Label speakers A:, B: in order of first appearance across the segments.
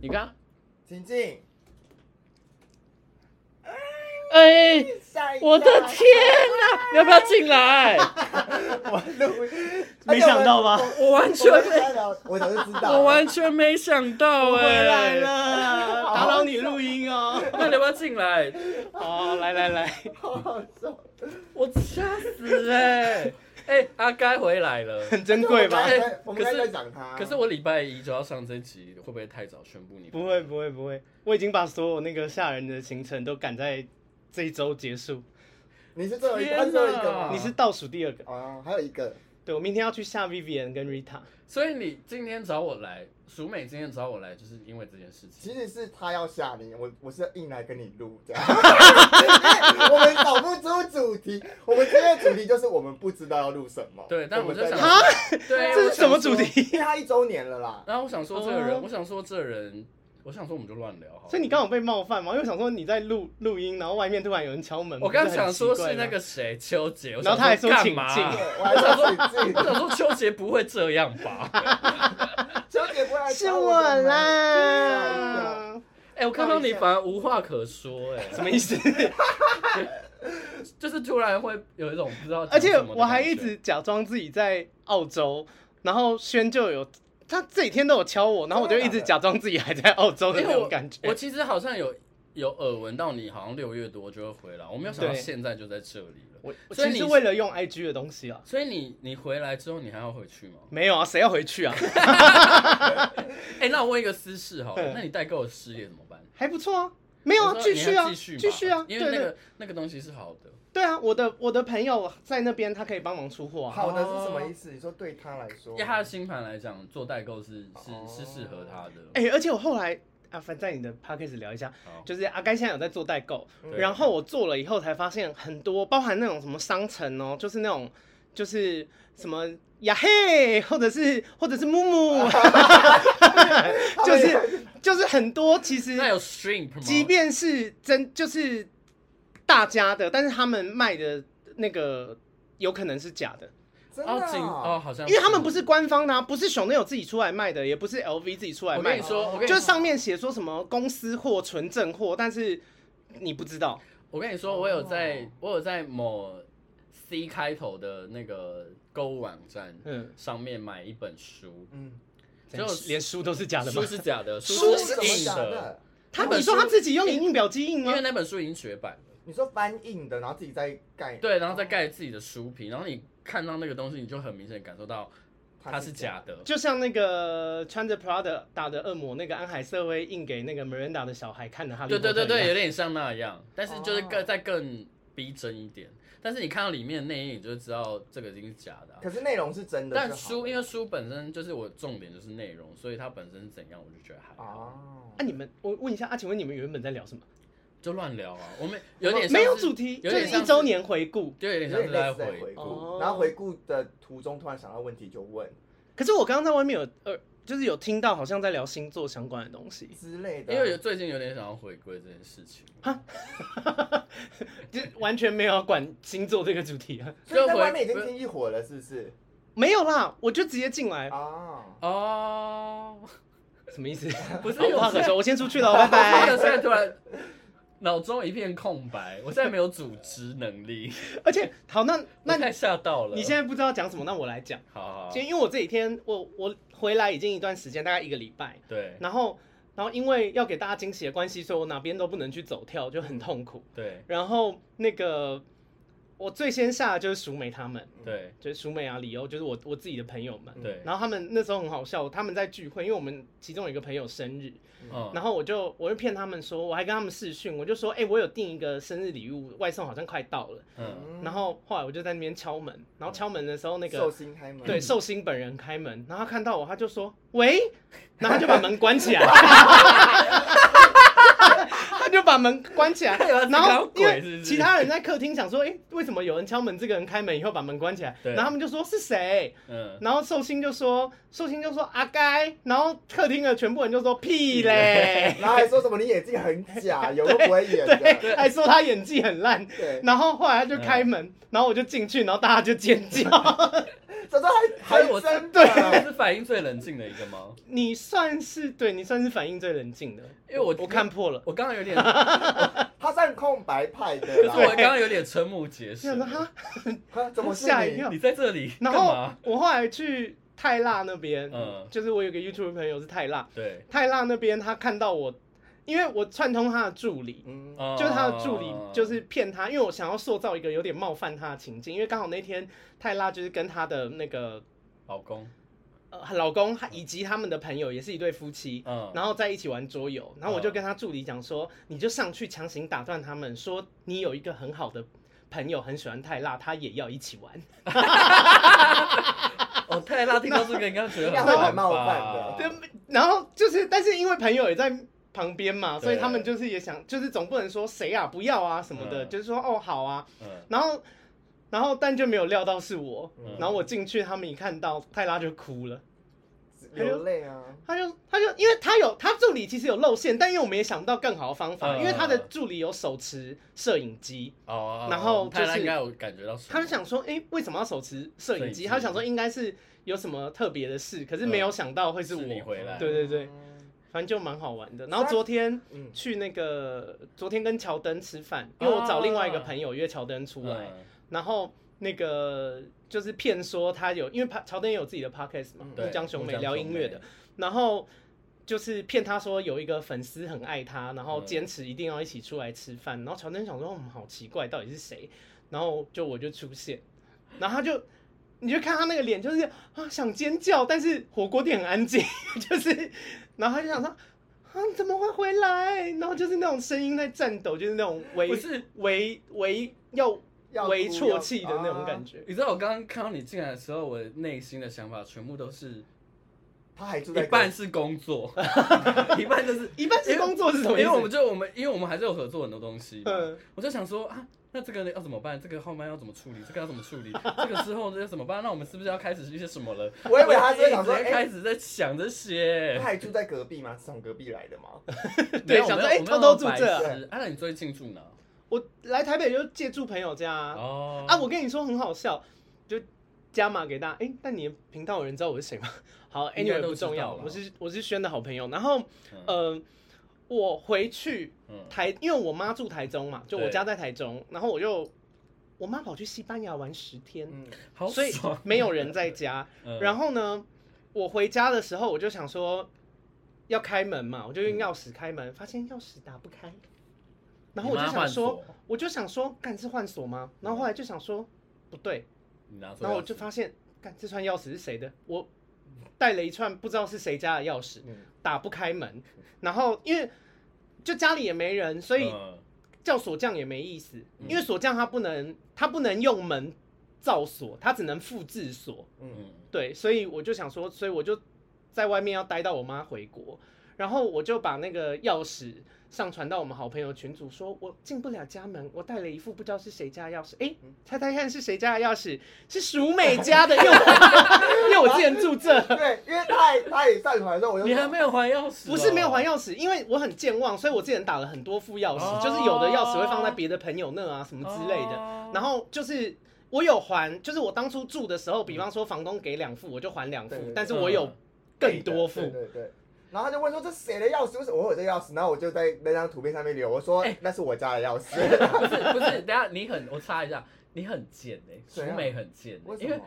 A: 你看，
B: 请进。
A: 哎、
B: 下一
A: 我的
B: 站
A: 天哪、你要不要进来？
B: 我录，
C: 没想到吧？
A: 我完全
B: 我
A: 没，
B: 我早就知道了，
A: 我完全没想到
C: 我回来
A: 哎、
C: 了，打扰你录音哦。
A: 那你要不要进来？
C: 好，来来来，
B: 好好笑，
A: 我吓死哎、哎、阿该回来了。
C: 很珍贵吧？
A: 哎
B: 我们刚才在讲他，
A: 可是我礼拜一就要上这集，会不会太早宣布你？
C: 不会不会不会，我已经把所有那个吓人的行程都赶在这一周结束。
B: 你是最后一个，
A: 天
B: 他是最后一个
A: 哪
B: 吗？
C: 你是倒数第二个，
B: 哦，还有一个，
C: 对我明天要去吓 Vivian 跟 Rita。
A: 所以你今天找我来，淑美今天找我来，就是因为这件事情。
B: 其实是他要吓你，我我是硬来跟你录 这样。我们找不出主题，我们今天的主题就是我们不知道要录什么。
A: 对，但我就
B: 们
A: 想
B: 在，
C: 哈
A: 对，
C: 这
A: 我想
C: 是什么主题？
B: 因为他一周年 了啦，
A: 然后我想说这个人，
C: 哦
A: 我想说这人，我想说我们就乱聊好了。
C: 所以你刚好被冒犯嘛？因为我想说你在录录音，然后外面突然有人敲门，
A: 我刚
C: 不
A: 刚
C: 是很
A: 想说
C: 奇怪
A: 是
C: 吗
A: 那个谁秋姐，我
C: 然
A: 想
C: 后他还说
A: 干
C: 请
A: 嘛？
C: 进
B: 对，我还想请
A: 我
B: 进，
A: 想说秋姐不会这样吧？
B: 小姐不来，
C: 是我啊
B: 啦。
C: 啦，
A: 哎、我看到你反而无话可说、
C: 什
A: 哎，
C: 么意思？
A: 就是突然会有一种不知道
C: 而
A: 讲什么
C: 且
A: 的感觉，
C: 我还一直假装自己在澳洲，然后轩就有他这几天都有敲我，然后我就一直假装自己还在澳洲的
A: 因
C: 那
A: 为我
C: 种感觉
A: 我。其实好像有有耳闻到你好像六月多就会回来，我没有想到
C: 对
A: 现在就在这里了。
C: 我我
A: 所以
C: 其
A: 你
C: 实为了用 IG 的东西啊，
A: 所以你你回来之后，你还要回去吗？
C: 没有啊，谁要 回去啊？
A: 哎、那我问一个私事好了，
C: 嗯
A: 那你代购的事业怎么办？
C: 还不错啊，没有
A: 我
C: 啊，
A: 说
C: 继
A: 你
C: 续
A: 还
C: 啊，
A: 继续
C: 继
A: 嘛
C: 续啊，
A: 因
C: 对
A: 为那
C: 对
A: 个那个东西是好的，
C: 对啊，我的我的朋友在那边，他可以帮忙出货啊。
B: 好的是什么意思？你说对他来说
A: 以，他的星盘来讲，做代购是是
B: 哦
A: 是适合他的。
C: 哎、而且我后来啊，反正在你的 podcast 聊一下，
A: 好，
C: 就是阿甘现在有在做代购，
A: 对
C: 然后我做了以后才发现很多，包含那种什么商城哦，就是那种就是什么呀嘿，或者是或者是木木， 就是就是很多其实
A: 那有 shrimp 吗？
C: 即便是真就是大家的，但是他们卖的那个有可能是假的，
B: 真的
A: 哦，
B: 啊
A: 仅哦，好像
C: 因为他们不是官方的、啊，不是熊 e 有自己出来卖的，也不是 LV 自己出来
A: 我
C: 卖
A: 跟你
C: 的，
A: 说，我跟你
C: 就是上面写说什么公司货、纯正货，但是你不知道。
A: 我跟你说，我有在、
B: 哦
A: 我有在某 C 开头的那个购物网站
C: 嗯，
A: 上面买一本书，
B: 嗯，
A: 就
C: 连书都是假的吗
A: 书？是假的，
C: 书
A: 是
B: 怎么
A: 印
B: 假
A: 的，
B: 的？
C: 他
A: 那本
C: 你说
A: 书
C: 他自己用影表机印
A: 因
C: 吗
A: 为？那本书已经绝版了。
B: 你说翻印的，然后自己再盖，
A: 对，然后再盖自己的书皮，然后你看到那个东西，你就很明显感受到它
B: 它
A: 是假的。
C: 就像那个穿着 Prada 打的恶魔，那个安海瑟薇印给那个 Miranda 的小孩看的哈利
A: 对
C: 波特
A: 对
C: 一
A: 对
C: 样。
A: 对，有点像那样，但是就是更
B: 哦
A: 再更逼真一点。但是你看到里面的内页，你就知道这个已经是假的啊、
B: 可是内容是真的就好了，
A: 但书因为书本身就是我重点就是内容，所以它本身是怎样，我就觉得还好，
B: 哦，
C: 啊，你们我问一下啊，请问你们原本在聊什么？
A: 就乱聊啊。我们有点像是
C: 没有主题，就
A: 有
C: 是
A: 点像
C: 一周，年回顾。
A: 就有
B: 有
A: 点像
B: 点
A: 是
B: 类
A: 在
B: 似在
A: 回
B: 回
A: 顾。
C: 哦
B: 顾，然后回顾的途中突然想到问题就问
C: 可是我刚刚在外面有呃，就是有听到好像在聊星座相关的东西，
B: 之类的，
A: 因为有最近有点想要回归这件事情，
C: 就完全没有管星座这个主题啊。
B: 所以在
A: 就回
B: 外面已经听一火了，是不是？
C: 没有啦，我就直接进来，
B: 哦，
A: 哦，
C: 什么意思？
A: 不是
C: 好
A: 有
C: 无话可
A: 些
C: 说，我先出去了，拜 拜。
A: 现在突然脑中一片空白，我现在没有组织能力，
C: 而且好，那那
A: 我太吓到了。
C: 你现在不知道讲什么，那我来讲。
A: 好好好
C: 其实因为我这几天我我回来已经一段时间，大概一个礼拜，
A: 对
C: 然后然后因为要给大家惊喜的关系，所以我哪边都不能去走跳，就很痛苦。
A: 对
C: 然后那个我最先下的就是淑美他们，
B: 嗯
A: 对
C: 就是淑美啊、李欧，就是我我自己的朋友们。
A: 对，
C: 然后他们那时候很好笑，他们在聚会，因为我们其中有一个朋友生日，
A: 嗯
C: 然后我就我就骗他们说，我还跟他们视讯，我就说，哎、我有订一个生日礼物，外送好像快到了。
A: 嗯
C: 然后后来我就在那边敲门，然后敲门的时候，那
B: 寿
C: 个
B: 星开门，
C: 对寿星本人开门，然后他看到我，他就说喂，然后他就把门关起来，他就把门关起来。
A: 然
C: 然后因为其他人在客厅想说，哎、为什么有人敲门，这个人开门以后把门关起来？
A: 对
C: 然后他们就说是谁？
A: 嗯
C: 然后寿星就说，寿星就说阿该，然后客厅的全部人就说屁嘞，
B: 然后还说什么你眼镜很 假，有都不会演的，
C: 还说他演技很烂。
B: 对，
C: 然后后来他就开门，然后我就进去，然后大家就尖叫。
B: 这小时候还
A: 所以
B: 还
A: 我是
B: 真
A: 我
B: 的，
A: 是反应最冷静的一个吗？
C: 你算是对你算是反应最冷静的，
A: 因为我
C: 我看破了，
A: 我刚刚有 点，可
B: 他算空白派的
A: 是我
B: 啦。
A: 刚刚有点瞠目结
C: 就想
A: 舌
C: 说。哈，
B: 啊怎么是
C: 吓一
B: 你
C: 跳？
A: 你在这里干
C: 然后
A: 嘛？
C: 我后来去泰辣那边，
A: 嗯
C: 就是我有个 YouTube 朋友是泰辣，
A: 对，
C: 泰辣那边他看到我，因为我串通他的助理，
B: 嗯，
A: 就
C: 就是他的助理
A: 嗯
C: 就是骗他，因为我想要塑造一个有点冒犯他的情境，因为刚好那天泰拉就是跟她的那个
A: 老公，
C: 呃老公以及他们的朋友也是一对夫妻。
A: 嗯，
C: 然后在一起玩桌游，然后我就
A: 嗯
C: 跟他助理讲说，你就上去强行打断他们，说你有一个很好的朋友很喜欢泰辣，他也要一起玩。
A: 哦，泰拉听到这个应该觉得很
B: 那会
A: 棒
B: 蛮冒
A: 吧
B: 犯的
C: 对，然后就是，但是因为朋友也在旁边嘛，所以
A: 对
C: 他们就是也想，就是总不能说谁啊不要啊什么的，
A: 嗯
C: 就是说哦好啊，
A: 嗯，
C: 然后，然后但就没有料到是我，
A: 嗯
C: 然后我进去，他们一看到泰拉就哭了，
B: 流泪啊，
C: 他就他就因为他有他助理其实有露馅，但因为我们也想不到更好的方法，
A: 嗯
C: 因为他的助理有手持摄影机，
A: 哦，
C: 然后
A: 泰
C: 就
A: 拉
C: 是
A: 应该有感觉到什么，
C: 他们想说，哎、为什么要手持摄
A: 摄
C: 影
A: 影
C: 机？
A: 机嗯
C: 他想说应该是有什么特别的事，可是没有想到会是我，
A: 是你回来，
C: 对对对
B: 嗯
C: 反正就蛮好玩的。然后昨天。
B: 嗯，
C: 去那个昨天跟乔登吃饭，因为我找另外一个朋友约乔登出来，
A: 嗯
C: 然后那个就是骗说他有，因为乔乔登也有自己的 podcast 嘛，
A: 对
C: 木江雄
A: 木
C: 美
A: 江
C: 聊
A: 雄
C: 音
A: 美
C: 乐的，然后就是骗他说有一个粉丝很爱他，然后坚持一定要一起出来吃饭，然后乔登想说，嗯，好奇怪，到底是谁？然后就我就出现，然后他就。你就看他那个脸，就是啊想尖叫，但是火锅店很安静， 就是，然后他就想说啊你怎么会回来？然后就是那种声音在颤抖，就是那种微
A: 不是
C: 微微要
B: 要
C: 微
B: 哭
C: 啜
B: 要啊
C: 泣的那种感觉。
A: 你知道我刚刚看到你进来的时候，我内心的想法全部都是
B: 他还住在
A: 一半是工作， 一半就是
C: 一半是工作是什
A: 因
C: 么
A: 为
C: 意思？
A: 我们就我们因为我们还是有合作很多东西嘛，
C: 嗯
A: 我就想说啊，那这个要怎么办？这个后面要怎么处理？这个要怎么处理？ 这个之后这要怎么办？那我们是不是要开始一些什么了？
B: 我以为他是在想说
A: 我一直
B: 哎
A: 开始在想这些
B: 他，还住在隔壁吗？是从隔壁来的吗？
A: 没
C: 对，
A: 有
C: 想说
A: 没
C: 哎、
A: 有
C: 偷偷住
A: 没有
C: 这啊，
A: 白痴啊，那你最近住哪？
C: 我来台北就借住朋友家啊。
A: 哦
C: 啊，我跟你说很好笑，就加码给大家。哎、但你的频道有人知道我是谁吗？ 好
A: 应该
C: ，anyway
A: 都
C: 不重要，
A: 知道啦
C: 我是我是轩的好朋友。然后
A: 嗯
C: 呃，我回去
A: 嗯
C: 台，因为我妈住台中嘛，就我
A: 对
C: 家在台中，然后我就我妈跑去西班牙玩十天，
B: 嗯，
A: 好
C: 所以
A: 爽，
C: 没有人在家。
A: 嗯
C: 然后呢，我回家的时候我就想说要开门嘛，我就用钥匙开门，发现钥匙打不开，然后我就
A: 你
C: 想说，
A: 妈换锁，
C: 我就想说，干是换锁吗？然后后来就想说不对，
A: 你拿错钥匙，
C: 然后我就发现，干这串钥匙是谁的？我带了一串不知道是谁家的钥匙，
B: 嗯
C: 打不开门，然后因为。就家里也没人，所以
A: 嗯
C: 叫锁匠也没意思，
A: 嗯
C: 因为锁匠他不能，他不能用门造锁，他只能复制锁。
B: 嗯，
A: 嗯
C: 对，所以我就想说，所以我就在外面要待到我妈回国，然后我就把那个钥匙上传到我们好朋友群组，说我进不了家门，我带了一副不知道是谁家的钥匙，哎，
B: 嗯
C: 猜猜看是谁家的钥匙？是淑美家的，因为我 因为我之前住这。
B: 对，因为他也他也上船的时候，我就
A: 你还没有还钥匙哦，
C: 不是没有还钥匙，因为我很健忘，所以我之前打了很多副钥匙，
A: 哦
C: 就是有的钥匙会放在别的朋友那啊什么之类的。
A: 哦
C: 然后就是我有还，就是我当初住的时候，比方说房东给两副，我就还两副
B: 对对，对
C: 但是我有更多副
B: 对。对对。然后他就问说：“这谁的钥匙？为什么我有这钥匙？”然后我就在那张图片上面留，我说：“
A: 哎
B: 那是我家的钥匙。
A: 嗯 不是不是，等一下你很，我插一下，你很贱哎、
B: 谁啊
A: 淑美很贱、”欸，
B: 为什
A: 因为
B: 么？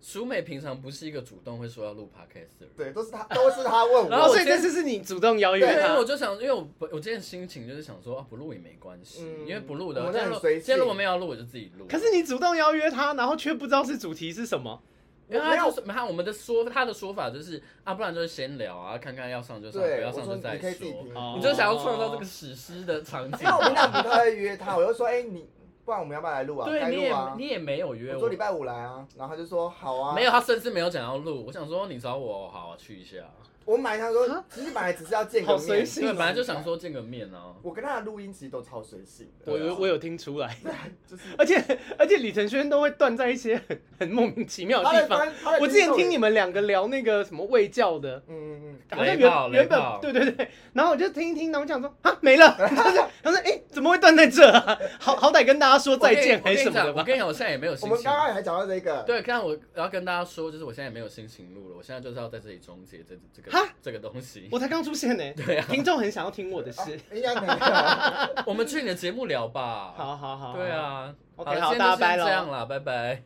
A: 淑美平常不是一个主动会说要录 podcast 的人。
B: 对，都是他，都是他问我。
A: 然后我
C: 所以
A: 今
C: 这
A: 天
C: 次是你主动邀约
A: 对，因为我
C: 他，
A: 就想，因为我本我今天心情就是想说啊，不录也没关系，
B: 嗯
A: 因为不录的，
B: 我
A: 今
B: 们都
A: 天
B: 很
A: 如
B: 随
A: 今
B: 性
A: 天如果没有要录，我就自己录。
C: 可是你主动邀约他，然后却不知道是主题是什么。
A: 因为
B: 没
A: 他
B: 有
A: 就是他我们的说他的说法就是啊，不然就是闲聊啊，看看要上就上，不
B: 对，
A: 要
B: 我
A: 上
B: 说
A: 就
B: 你
A: 再
B: 可以自己
A: 说。
B: 听。
C: 哦
A: 你就想要创造这个史诗的场景
B: 因为。我们俩不太会约他，我就说：“哎，你不然我们要不要来录啊？该
A: 对，你
B: 录
A: 也
B: 啊。
A: 你也没有”约
B: 我
A: 我
B: 说礼，拜五来啊，然后他就说：“好啊。”
A: 没有，他甚至没有讲要录。我想说你找我，好、啊、去一下，
B: 我买他说
C: 啊，
B: 其实本来只 是要见个
C: 好随
B: 面，
C: 性
A: 因为本来就想，说见个面 啊。
B: 我跟他的录音其实都超随性的，
C: 我
A: 对啊
C: 有我有听 出来，
B: 就是
C: 而且而且李承轩都会断在一些 很很莫名其妙的
B: 他
C: 地
B: 的
A: 啊
C: 方。
B: 观他的
C: 我之前听你
B: 们，
C: 们两个聊那个什么卫教的，
B: 嗯嗯
C: 好像
A: 雷
C: 原
A: 炮
C: 原
A: 雷炮
C: 本对 对对，然后我就听一听，然后我想说啊没了，然后说哎、诶怎么会断在这、啊？好好歹歹跟大家说再见
A: 我
C: 还
A: 跟
C: 是
A: 你
C: 什么的
A: 我
C: 吧？
A: 跟你讲，我现在也没有
B: 我
A: 心
B: 们
A: 情
B: 刚。刚还讲到这个，
A: 对，刚刚我要跟大家说，就是我现在也没有心情录了，我现在就是要在这里终结这这个
C: 哈
A: 这个东西。
C: 我才刚出现呢、
A: 对啊，
C: 听众很想要听我的
B: 啊
C: 事。
B: 应该没有。
A: 我们去你的节目聊吧。
C: 好好好，
A: 对，啊，
C: 好
A: 好
C: OK，好
A: 今天
C: 大家
A: 就先
C: 拜咯
A: 这样啦，拜拜。